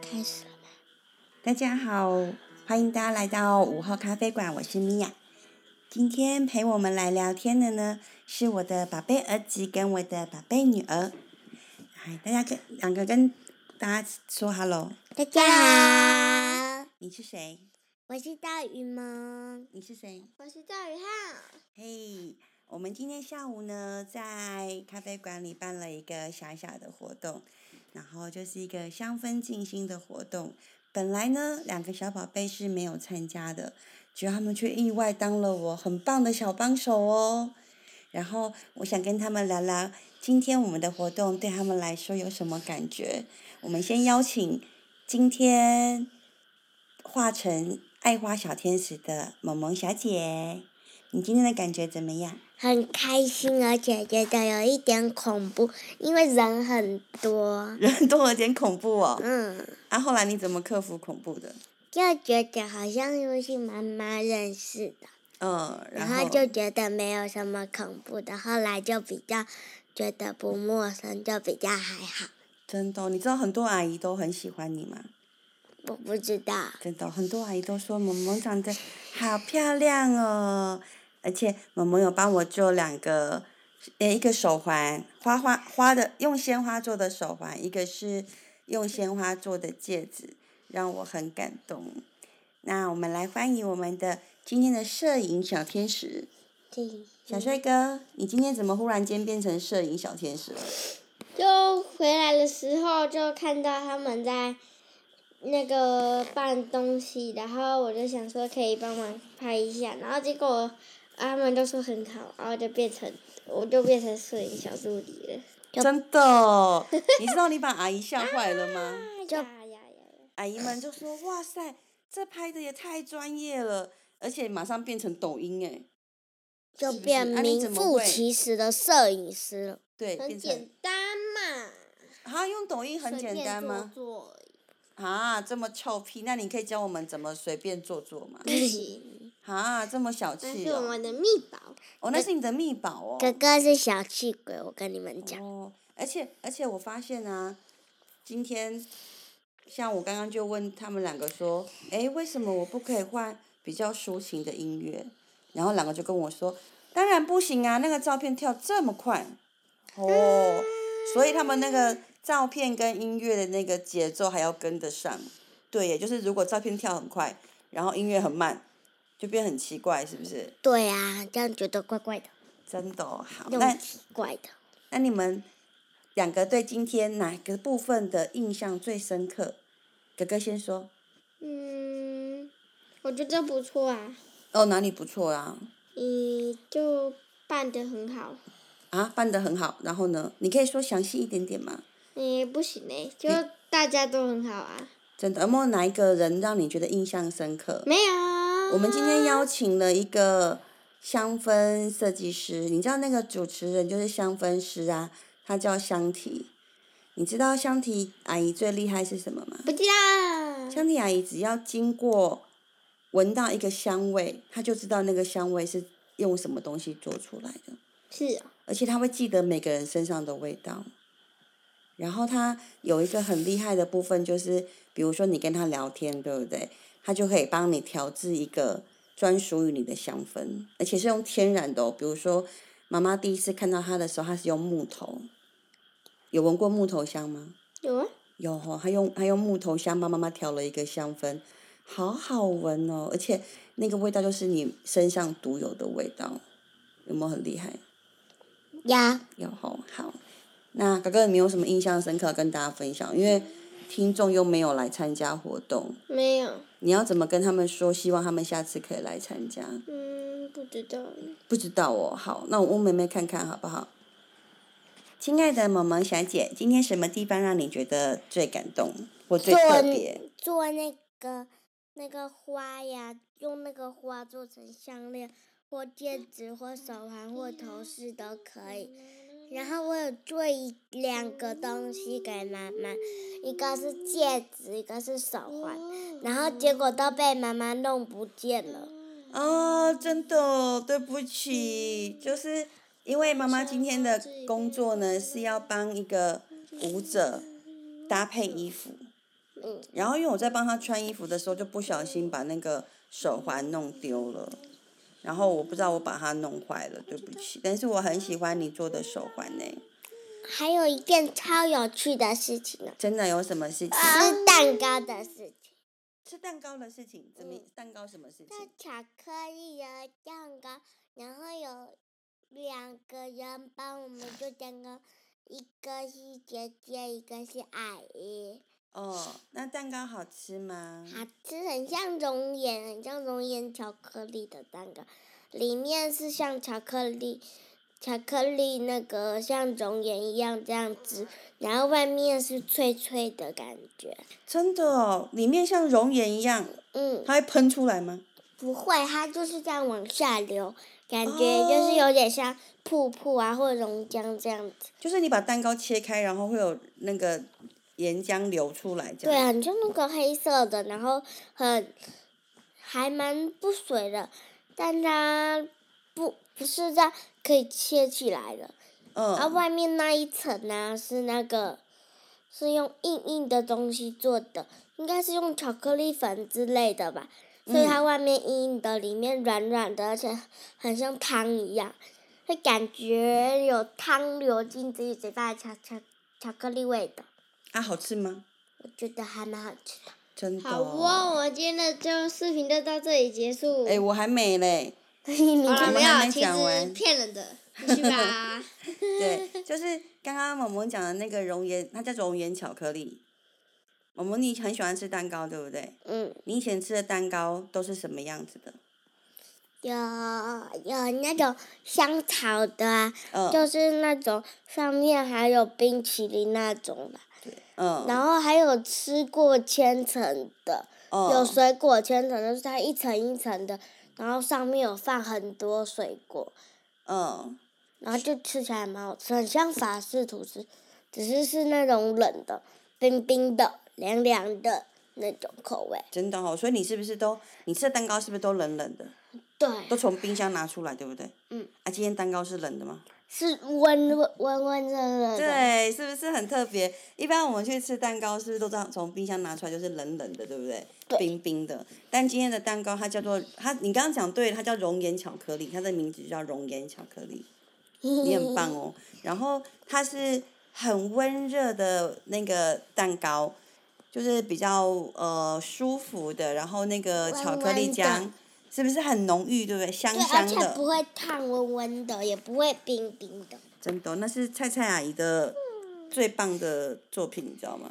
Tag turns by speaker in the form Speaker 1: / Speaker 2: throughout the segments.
Speaker 1: 开始了吗？
Speaker 2: 大家好，欢迎大家来到午后咖啡馆，我是米娅。今天陪我们来聊天的呢，是我的宝贝儿子跟我的宝贝女儿。哎，大家跟两个跟大家说 hello，
Speaker 1: 大家好，
Speaker 2: 你是谁？
Speaker 1: 我是大雨萌，
Speaker 2: 你是谁？
Speaker 1: 我是赵宇浩。
Speaker 2: 嘿、我们今天下午呢，在咖啡馆里办了一个小小的活动，然后就是一个香氛静心的活动。本来呢，两个小宝贝是没有参加的，结果他们却意外当了我很棒的小帮手哦。然后我想跟他们聊聊，今天我们的活动对他们来说有什么感觉？我们先邀请今天化成爱花小天使的萌萌小姐。你今天的感觉怎么样？
Speaker 1: 很开心，而且觉得有一点恐怖，因为人很多。
Speaker 2: 人多有点恐怖哦。
Speaker 1: 嗯，
Speaker 2: 啊，后来你怎么克服恐怖的？
Speaker 1: 就觉得好像又是妈妈认识的，
Speaker 2: 嗯，然
Speaker 1: 然
Speaker 2: 后
Speaker 1: 后就觉得没有什么恐怖的，后来就比较觉得不陌生，就比较还好。
Speaker 2: 真的哦、你知道很多阿姨都很喜欢你吗？
Speaker 1: 我不知道，
Speaker 2: 真的哦、很多阿姨都说萌萌长得好漂亮哦，而且萌萌有帮我做两个，呃，一个手环，花花花的，用鲜花做的手环，一个是用鲜花做的戒指，让我很感动。那我们来欢迎我们的今天的摄影小天使。小帅哥，你今天怎么忽然间变成摄影小天使了？
Speaker 3: 就回来的时候就看到他们在那个办东西，然后我就想说可以帮忙拍一下，然后结果啊他们都说很好，然后就变成我就变成摄影小助理 了。
Speaker 2: 真的哦，你知道你把阿姨吓坏了吗？
Speaker 3: 就哎呀呀呀！
Speaker 2: 阿姨们就说：“哇塞，这拍的也太专业了，而且马上变成抖音哎，
Speaker 1: 就是
Speaker 2: 不是
Speaker 1: 变
Speaker 2: 啊你
Speaker 1: 名
Speaker 2: 怎么
Speaker 1: 副
Speaker 2: 会
Speaker 1: 其实的摄影师了。
Speaker 2: 对，
Speaker 3: 很
Speaker 2: 变成
Speaker 3: 简单嘛，
Speaker 2: 啊，用抖音很
Speaker 3: 随
Speaker 2: 简
Speaker 3: 便
Speaker 2: 单吗？
Speaker 3: 做做
Speaker 2: 啊，这么臭屁，那你可以教我们怎么随便做做吗？
Speaker 3: 不行，
Speaker 2: 啊，这么小
Speaker 3: 那
Speaker 2: 气
Speaker 3: 嗯是我嗯
Speaker 2: 哦，
Speaker 3: 们的密宝。
Speaker 2: 哦，那是你的秘宝哦。
Speaker 1: 哥哥是小气鬼，我跟你们讲。
Speaker 2: 哦，而且而且我发现啊，今天像我刚刚就问他们两个说，诶，为什么我不可以换比较抒情的音乐？然后两个就跟我说，当然不行啊，那个照片跳这么快，哦，所以他们那个照片跟音乐的那个节奏还要跟得上，对耶，就是如果照片跳很快，然后音乐很慢，就变很奇怪，是不是？
Speaker 1: 对啊，这样觉得怪怪的，
Speaker 2: 真的哦、好，
Speaker 1: 那
Speaker 2: 那
Speaker 1: 种奇怪的。
Speaker 2: 那你们两个对今天哪个部分的印象最深刻？哥哥先说。
Speaker 3: 嗯，我觉得不错啊，
Speaker 2: 哦，哪里不错啊？
Speaker 3: 嗯，就办得很好。
Speaker 2: 啊，办得很好。然后呢？你可以说详细一点点吗？
Speaker 3: 诶、不行诶、就大家都很好啊。
Speaker 2: 真的，有没有哪一个人让你觉得印象深刻？
Speaker 3: 没有。
Speaker 2: 我们今天邀请了一个香氛设计师，你知道那个主持人就是香氛师啊，他叫香缇。你知道香缇阿姨最厉害是什么吗？
Speaker 3: 不知道。
Speaker 2: 香缇阿姨只要经过闻到一个香味，她就知道那个香味是用什么东西做出来的，
Speaker 3: 是哦，
Speaker 2: 而且她会记得每个人身上的味道。然后她有一个很厉害的部分，就是比如说你跟她聊天，对不对？她就可以帮你调制一个专属于你的香氛，而且是用天然的哦。比如说，妈妈第一次看到她的时候，她是用木头。有闻过木头香吗？
Speaker 3: 有啊，
Speaker 2: 有哦，他用他用木头香帮妈妈调了一个香氛，好好闻哦，而且那个味道就是你身上独有的味道，有没有很厉害？
Speaker 1: 呀，
Speaker 2: 有吼、好。那哥哥，你有什么印象深刻跟大家分享？因为听众又没有来参加活动，
Speaker 3: 没有。
Speaker 2: 你要怎么跟他们说？希望他们下次可以来参加。
Speaker 3: 嗯，不知道。
Speaker 2: 不知道哦，好，那我问妹妹看看好不好？亲爱的萌萌小姐，今天什么地方让你觉得最感动或最
Speaker 1: 做
Speaker 2: 特
Speaker 1: 那
Speaker 2: 别？
Speaker 1: 做那个那个花呀，用那个花做成项链或戒指或手环或头饰都可以。然后我有做一两个东西给妈妈，一个是戒指，一个是手环，然后结果都被妈妈弄不见了。
Speaker 2: 哦，真的哦，对不起，就是因为妈妈今天的工作呢是要帮一个舞者搭配衣服，
Speaker 3: 嗯，
Speaker 2: 然后因为我在帮他穿衣服的时候，就不小心把那个手环弄丢了，然后我不知道我把它弄坏了，对不起。但是我很喜欢你做的手环呢、
Speaker 1: 还有一件超有趣的事情呢，
Speaker 2: 真的有什么事情？
Speaker 1: 吃蛋糕的事情。
Speaker 2: 吃蛋糕的事情，怎么
Speaker 1: 嗯
Speaker 2: 蛋糕什么事
Speaker 1: 那
Speaker 2: 情？
Speaker 1: 巧克力的蛋糕，然后有两个人帮我们做蛋糕，一个是姐姐，一个是阿姨。
Speaker 2: 哦，那蛋糕好吃吗？
Speaker 1: 好吃，很像熔岩，很像熔岩巧克力的蛋糕，里面是像巧克力，巧克力那个像熔岩一样这样子，然后外面是脆脆的感觉。
Speaker 2: 真的哦，里面像熔岩一样，
Speaker 1: 嗯，
Speaker 2: 它会喷出来吗？
Speaker 1: 不会，它就是这样往下流，感觉就是
Speaker 2: 哦
Speaker 1: 有点像瀑布啊或熔浆这样子。
Speaker 2: 就是你把蛋糕切开，然后会有那个岩浆流出来，这
Speaker 1: 对
Speaker 2: 样。
Speaker 1: 啊，很像那个黑色的，然后很还蛮不水的，但它不不是这样可以切起来的。然后
Speaker 2: 嗯，
Speaker 1: 啊外面那一层呢、是那个是用硬硬的东西做的，应该是用巧克力粉之类的吧。所以
Speaker 2: 嗯
Speaker 1: 它外面硬硬的，里面软软的，而且很像汤一样，会感觉有汤流进自己嘴巴的巧巧巧克力味的，
Speaker 2: 啊，好吃吗？
Speaker 1: 我觉得还蛮好吃的。
Speaker 2: 真的、
Speaker 3: 好
Speaker 2: 哦。
Speaker 3: 哦，我们今天的就视频就到这里结束。
Speaker 2: 哎、我还 没嘞。
Speaker 1: 你
Speaker 3: 好了，
Speaker 2: 我们
Speaker 3: 没
Speaker 2: 还
Speaker 3: 有，
Speaker 2: 没
Speaker 3: 其
Speaker 2: 讲完
Speaker 3: 实骗人的，继续吧。
Speaker 2: 对，就是刚刚萌萌讲的那个熔岩，它叫熔岩巧克力。萌萌，你很喜欢吃蛋糕，对不对？
Speaker 1: 嗯，
Speaker 2: 你以前吃的蛋糕都是什么样子的？
Speaker 1: 有有那种香草的啊，
Speaker 2: 嗯，
Speaker 1: 就是那种上面还有冰淇淋那种的。
Speaker 2: 嗯，
Speaker 1: 然后还有吃过千层的，有
Speaker 2: 嗯
Speaker 1: 水果千层，就是它一层一层的，然后上面有放很多水果，
Speaker 2: 嗯，
Speaker 1: 然后就吃起来蛮好吃，很像法式吐司，只是是那种冷的、冰冰的、凉凉的那种口味。
Speaker 2: 真的哦。所以你是不是都，你吃的蛋糕是不是都冷冷的，
Speaker 1: 对，
Speaker 2: 都从冰箱拿出来，对不对？
Speaker 1: 嗯。
Speaker 2: 啊，今天蛋糕是冷的吗？
Speaker 1: 是温温温温热热的。
Speaker 2: 对，是不是很特别？一般我们去吃蛋糕，是不是都这样从冰箱拿出来就是冷冷的，对不对？
Speaker 1: 对
Speaker 2: 冰冰的。但今天的蛋糕它叫做它，你刚刚讲对了，它叫熔岩巧克力，它的名字叫熔岩巧克力，你很棒哦。
Speaker 1: 嗯
Speaker 2: 然后它是很温热的那个蛋糕，就是比较呃舒服的，然后那个巧克
Speaker 1: 弯弯
Speaker 2: 力
Speaker 1: 的
Speaker 2: 浆是不是很浓郁，对不对？香
Speaker 1: 对，而
Speaker 2: 香
Speaker 1: 且
Speaker 2: 的。
Speaker 1: 不会烫，温温的，也不会冰冰的。
Speaker 2: 真的哦、那是菜菜阿姨的最棒的作品，你知道吗？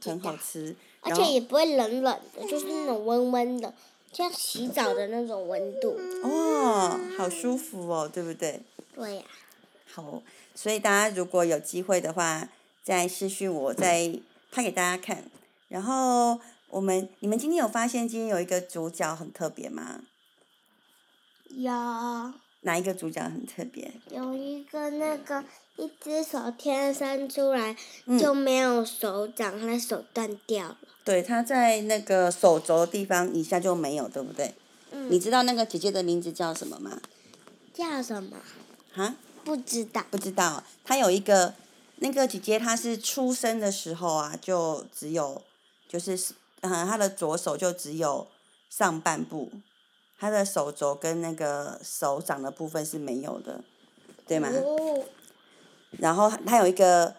Speaker 1: 知
Speaker 2: 很好
Speaker 1: 道
Speaker 2: 吃，
Speaker 1: 而
Speaker 2: 然
Speaker 1: 且也
Speaker 2: 后
Speaker 1: 不会冷冷的，就是那种温温的，像洗澡的那种温度。
Speaker 2: 哦，好舒服哦，对不对？
Speaker 1: 对呀、
Speaker 2: 好，所以大家如果有机会的话，再私讯我，再拍给大家看。然后我们，你们今天有发现今天有一个主角很特别吗？哪一个主角很特别？
Speaker 1: 有有一个那个一只手天生出来、
Speaker 2: 嗯
Speaker 1: 就没有手掌，他的手断掉了。
Speaker 2: 对，他在那个手肘的地方以下就没有，对不对？你
Speaker 1: 嗯，
Speaker 2: 知道那个姐姐的名字叫什么吗？
Speaker 1: 叫什么？
Speaker 2: 哈？
Speaker 1: 不知道。
Speaker 2: 不知道，她有一个那个姐姐，她是出生的时候啊，就只有就是嗯，呃她的左手就只有上半部，她的手肘跟那个手掌的部分是没有的，对吗？
Speaker 1: 哦，
Speaker 2: 然后她有一个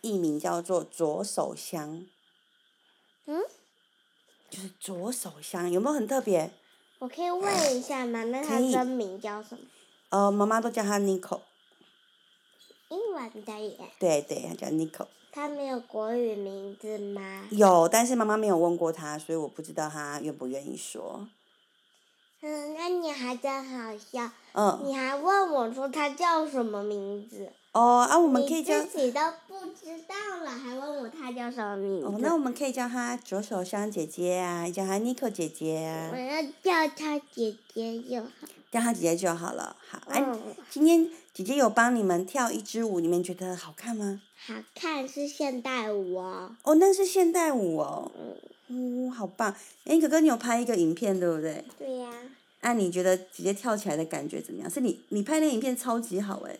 Speaker 2: 艺名叫做左手香，
Speaker 1: 嗯，
Speaker 2: 就是左手香，有没有很特别？
Speaker 1: 我可以问一下吗？那他
Speaker 2: 可以
Speaker 1: 真名叫什么？
Speaker 2: 呃，妈妈都叫她 Nico，
Speaker 1: 英文的耶，
Speaker 2: 对对，她叫 Nico。
Speaker 1: 他没有国语名字吗？
Speaker 2: 有，但是妈妈没有问过他，所以我不知道他愿不愿意说。
Speaker 1: 嗯，那你还真好笑，
Speaker 2: 嗯，
Speaker 1: 你还问我说他叫什么名字？
Speaker 2: 哦啊，我
Speaker 1: 我
Speaker 2: 们可以叫
Speaker 1: 自己都不知道了，还问我他叫什么名字？
Speaker 2: 哦，那我们可以叫她左手香姐姐啊，叫她 Nico 姐姐啊
Speaker 1: 我，要叫他姐姐就好。
Speaker 2: 叫她姐姐就好了。好，哎、
Speaker 1: 嗯，
Speaker 2: 今天姐姐有帮你们跳一支舞，你们觉得好看吗？
Speaker 1: 好看是现代舞哦。
Speaker 2: 哦，那是现代舞哦。
Speaker 1: 嗯，
Speaker 2: 哦，好棒！哎，哥哥，你有拍一个影片对不对？
Speaker 1: 对呀、
Speaker 2: 那、你觉得姐姐跳起来的感觉怎么样？是你你拍那影片超级好哎，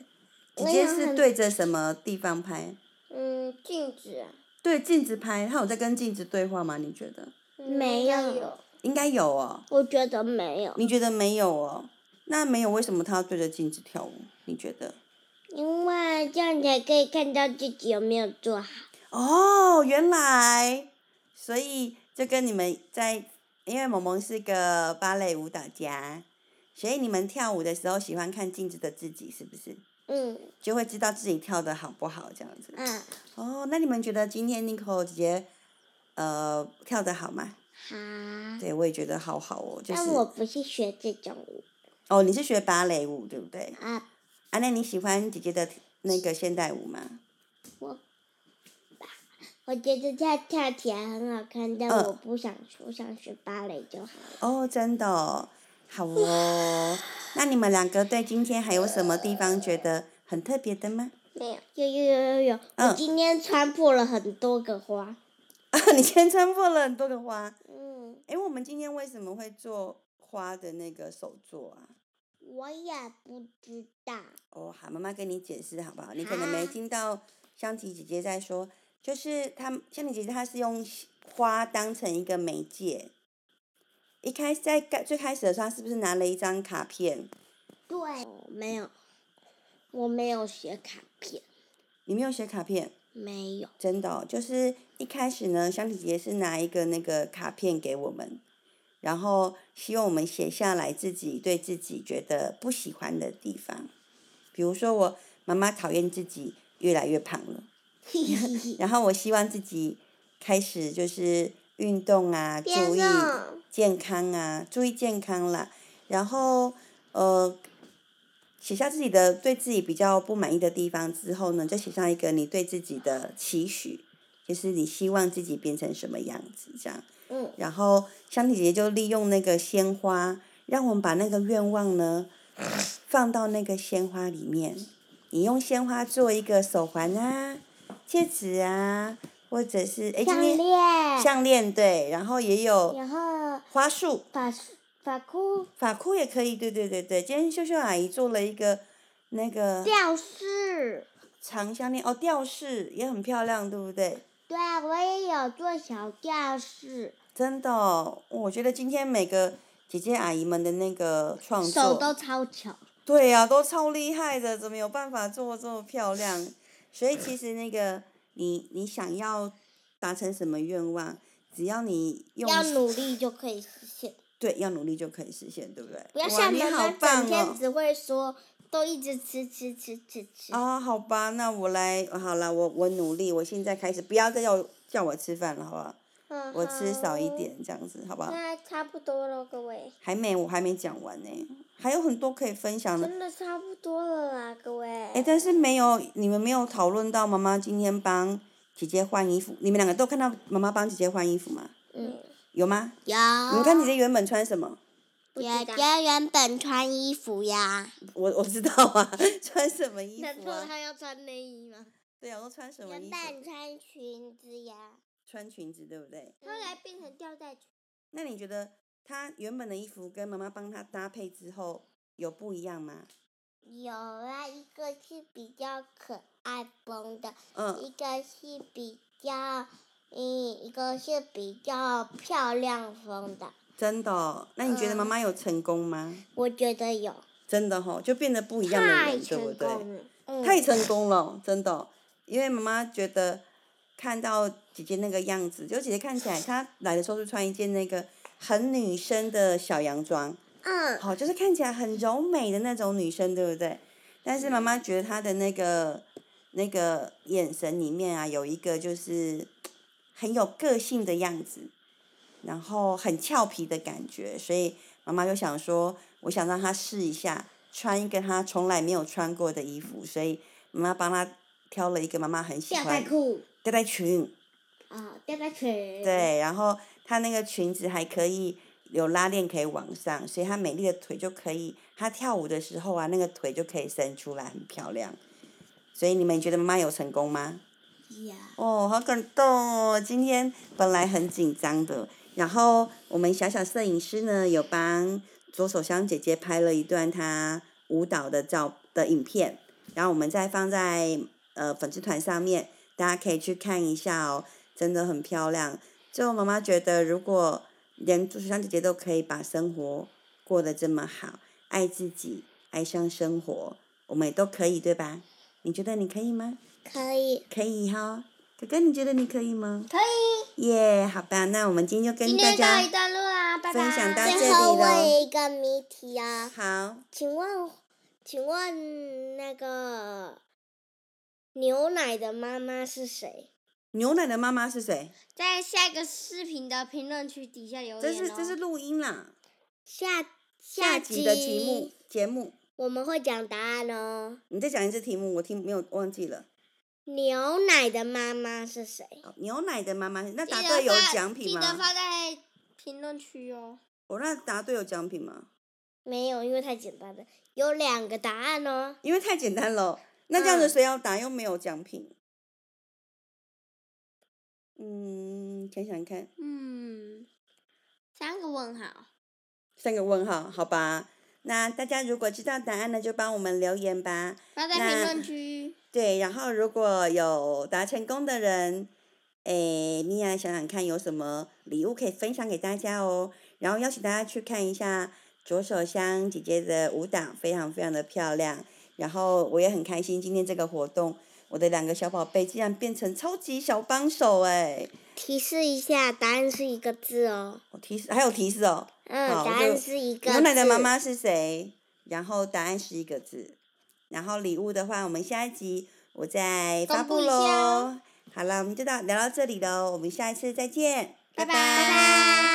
Speaker 2: 姐
Speaker 1: 我
Speaker 2: 姐
Speaker 1: 有
Speaker 2: 是
Speaker 1: 很
Speaker 2: 对着什么地方拍？
Speaker 1: 嗯，镜子啊，
Speaker 2: 对，镜子拍，他有在跟镜子对话吗？你觉得？
Speaker 1: 嗯没有
Speaker 3: 有，
Speaker 2: 应该有哦。
Speaker 1: 我觉得没有，
Speaker 2: 你觉得没有哦？那没有，为什么他要对着镜子跳舞？你觉得？
Speaker 1: 因为这样才可以看到自己有没有做好。
Speaker 2: 哦，原来，所以这跟你们在，因为萌萌是个芭蕾舞蹈家，所以你们跳舞的时候喜欢看镜子的自己，是不是？
Speaker 1: 嗯
Speaker 2: 就会知道自己跳的好不好这样子。
Speaker 1: 嗯，
Speaker 2: 哦，那你们觉得今天 Nicole 姐姐，呃，跳的好吗？
Speaker 1: 好。
Speaker 2: 对，我也觉得好好哦，就是
Speaker 1: 但我不是学这种舞
Speaker 2: 哦，你是学芭蕾舞对不对？
Speaker 1: 啊，
Speaker 2: 啊，那你喜欢姐姐的那个现代舞吗？
Speaker 1: 我觉得跳跳起来很好看，但
Speaker 2: 嗯
Speaker 1: 我不想，我想学芭蕾就好了。
Speaker 2: 哦，真的哦、好哦。那你们两个对今天还有什么地方觉得很特别的吗？
Speaker 1: 没有，有有有有有，我
Speaker 2: 嗯
Speaker 1: 今天穿破了很多个花。
Speaker 2: 啊， 你今天穿破了很多个花。
Speaker 1: 嗯，
Speaker 2: 诶，我们今天为什么会做花的那个手作啊？
Speaker 1: 我也不知道。
Speaker 2: 哦，好，妈妈跟你解释好不好？你可能
Speaker 1: 好
Speaker 2: 没听到香缇姐姐在说，就是她香缇姐姐她是用花当成一个媒介。一开在刚最开始的时候，她是不是拿了一张卡片？
Speaker 1: 对，没有，我没有写卡片，
Speaker 2: 你没有写卡片？
Speaker 1: 没 有。
Speaker 2: 真的哦、就是一开始呢，香缇姐姐是拿一个那个卡片给我们，然后希望我们写下来自己对自己觉得不喜欢的地方，比如说我妈妈讨厌自己越来越胖了，
Speaker 1: 嘿嘿嘿
Speaker 2: 然后我希望自己开始就是运动啊，注
Speaker 3: 变
Speaker 2: 意
Speaker 3: 重，
Speaker 2: 健康啊，注意健康啦，然后呃。写下自己的对自己比较不满意的地方之后呢，就写上一个你对自己的期许，就是你希望自己变成什么样子这样。
Speaker 3: 嗯，
Speaker 2: 然后香缇姐姐就利用那个鲜花，让我们把那个愿望呢放到那个鲜花里面。你用鲜花做一个手环啊、戒指啊，或者是哎今
Speaker 1: 项
Speaker 2: 天
Speaker 1: 链，
Speaker 2: 项链对，然后也有
Speaker 1: 然后
Speaker 2: 花束、
Speaker 1: 把把裤
Speaker 2: 发箍也可以，对对对对。今天秀秀阿姨做了一个那个
Speaker 1: 吊饰。
Speaker 2: 长项链哦，吊饰也很漂亮，对不对？
Speaker 1: 对，啊我也有做小吊饰，
Speaker 2: 真的哦、我觉得今天每个姐姐阿姨们的那个创作，
Speaker 1: 手都超巧。
Speaker 2: 对呀、都超厉害的，怎么有办法做这么漂亮？所以其实那个你你想要达成什么愿望，只要你用
Speaker 1: 要努力就可以实现，
Speaker 2: 对要努力就可以实现，对不对？
Speaker 1: 不要
Speaker 2: 哇
Speaker 1: 像
Speaker 2: 你
Speaker 1: 妈
Speaker 2: 好
Speaker 1: 妈整
Speaker 2: 棒哦
Speaker 1: 天！只会说，都一直吃吃吃吃吃。
Speaker 2: 啊、好吧，那我来，好了，我我努力，我现在开始，不要再叫我叫我吃饭了，好不好？
Speaker 3: 嗯
Speaker 2: 我吃少一
Speaker 3: 好
Speaker 2: 点，这样子，好不好？
Speaker 1: 嗯
Speaker 3: 那差不多了，各位，
Speaker 2: 还没，我还没讲完呢、还有很多可以分享的。
Speaker 3: 真的差不多了啦，各位。
Speaker 2: 哎、但是没有，你们没有讨论到妈妈今天帮姐姐换衣服，你们两个都看到妈妈帮姐姐换衣服吗？
Speaker 1: 嗯，
Speaker 2: 有吗？
Speaker 1: 有。
Speaker 2: 你们看姐姐原本穿什么？
Speaker 3: 不知
Speaker 1: 姐
Speaker 3: 道
Speaker 1: 姐原本穿衣服呀，
Speaker 2: 我我知道啊， 穿什么衣服啊？
Speaker 1: 她要穿内衣吗？
Speaker 2: 对啊，我都穿什么衣
Speaker 1: 原
Speaker 2: 服？
Speaker 1: 本穿裙子呀，
Speaker 2: 穿裙子对不对？
Speaker 3: 后来变成吊带裙，
Speaker 2: 那你觉得她原本的衣服跟妈妈帮她搭配之后有不一样吗？
Speaker 1: 有啊，一个是比较可爱风的，
Speaker 2: 嗯，
Speaker 1: 一个是比较，嗯，一个是比较漂亮风的。
Speaker 2: 真的哦、那你觉
Speaker 3: 嗯
Speaker 2: 得妈妈有成功吗？
Speaker 1: 我觉得有，
Speaker 2: 真的吼、就变得不一样的
Speaker 3: 太
Speaker 2: 人，对不
Speaker 3: 成
Speaker 2: 对？
Speaker 3: 功了。
Speaker 1: 嗯，
Speaker 2: 太成功了，哦真的。因为妈妈觉得看到姐姐那个样子，就姐姐看起来，她来的时候是穿一件那个很女生的小洋装，
Speaker 1: 嗯，
Speaker 2: 好、就是看起来很柔美的那种女生，对不对？但是妈妈觉得她的那个那个眼神里面啊，有一个就是很有个性的样子，然后很俏皮的感觉，所以妈妈就想说，我想让她试一下穿一个她从来没有穿过的衣服，所以妈妈帮她挑了一个妈妈很喜
Speaker 1: 吊带
Speaker 2: 欢
Speaker 1: 裤
Speaker 2: 吊带裙，
Speaker 3: 哦
Speaker 1: 啊，吊带裙，，
Speaker 2: 对，然后她那个裙子还可以有拉链可以往上，所以她美丽的腿就可以，她跳舞的时候啊，那个腿就可以伸出来，很漂亮。所以你们觉得妈妈有成功吗？
Speaker 1: 呀，
Speaker 2: 哦，好感动哦！今天本来很紧张的，然后我们小小摄影师呢有帮左手香姐姐拍了一段她舞蹈的照的影片，然后我们再放在呃粉丝团上面，大家可以去看一下哦，真的很漂亮。最后，妈妈觉得，如果连做学长姐姐都可以把生活过得这么好，爱自己，爱上生活，我们也都可以，对吧？你觉得你可以吗？
Speaker 1: 可以，
Speaker 2: 可以哈、哦，哥哥，你觉得你可以吗？
Speaker 3: 可以，
Speaker 2: 耶、好吧，那我们今天就跟
Speaker 3: 今
Speaker 2: 大
Speaker 3: 天告一
Speaker 2: 家
Speaker 3: 段落啦，拜拜。
Speaker 2: 分享到这里
Speaker 1: 啊最后问
Speaker 2: 喽。
Speaker 1: 一个谜题啊，
Speaker 2: 好，
Speaker 1: 请问，请问那个牛奶的妈妈是谁？
Speaker 2: 牛奶的妈妈是谁？
Speaker 3: 在下一个视频的评论区底下留言、哦。
Speaker 2: 这是这是录音啦，
Speaker 1: 下
Speaker 2: 下集
Speaker 1: 集
Speaker 2: 的题目节目，
Speaker 1: 我们会讲答案哦。
Speaker 2: 你再讲一次题目，我听没有忘记了。
Speaker 1: 牛奶的妈妈是谁？
Speaker 2: 好牛奶的妈妈，那
Speaker 3: 记
Speaker 2: 答
Speaker 3: 得
Speaker 2: 对有
Speaker 3: 发
Speaker 2: 奖品
Speaker 3: 记得
Speaker 2: 吗？
Speaker 3: 发在评论区哦。
Speaker 2: 我那答对有奖品吗？
Speaker 1: 没有，因为太简单了。有两个答案哦。
Speaker 2: 因为太简单了，那这样子
Speaker 1: 嗯
Speaker 2: 谁要答又没有奖品？嗯，想想看，
Speaker 3: 嗯，三个问号。
Speaker 2: 三个问号，好吧。那大家如果知道答案呢，就帮我们留言吧。
Speaker 3: 发在
Speaker 2: 那
Speaker 3: 评论区。
Speaker 2: 对，然后如果有答成功的人，诶，米娅想想看有什么礼物可以分享给大家哦。然后邀请大家去看一下左手香姐姐的舞蹈，非常非常的漂亮。然后我也很开心今天这个活动，我的两个小宝贝竟然变成超级小帮手哎！
Speaker 1: 提示一下，答案是一个字哦。
Speaker 2: 我提示还有提示哦，
Speaker 1: 嗯，
Speaker 2: 好
Speaker 1: 答
Speaker 2: 就
Speaker 1: 案是一个字。
Speaker 2: 牛奶的妈妈是谁？然后答案是一个字。然后礼物的话，我们下一集我再发布
Speaker 3: 公布一下
Speaker 2: 喽
Speaker 3: 哦。
Speaker 2: 好了，我们就到聊到这里喽，我们下一次再见，
Speaker 3: 拜拜
Speaker 2: 拜拜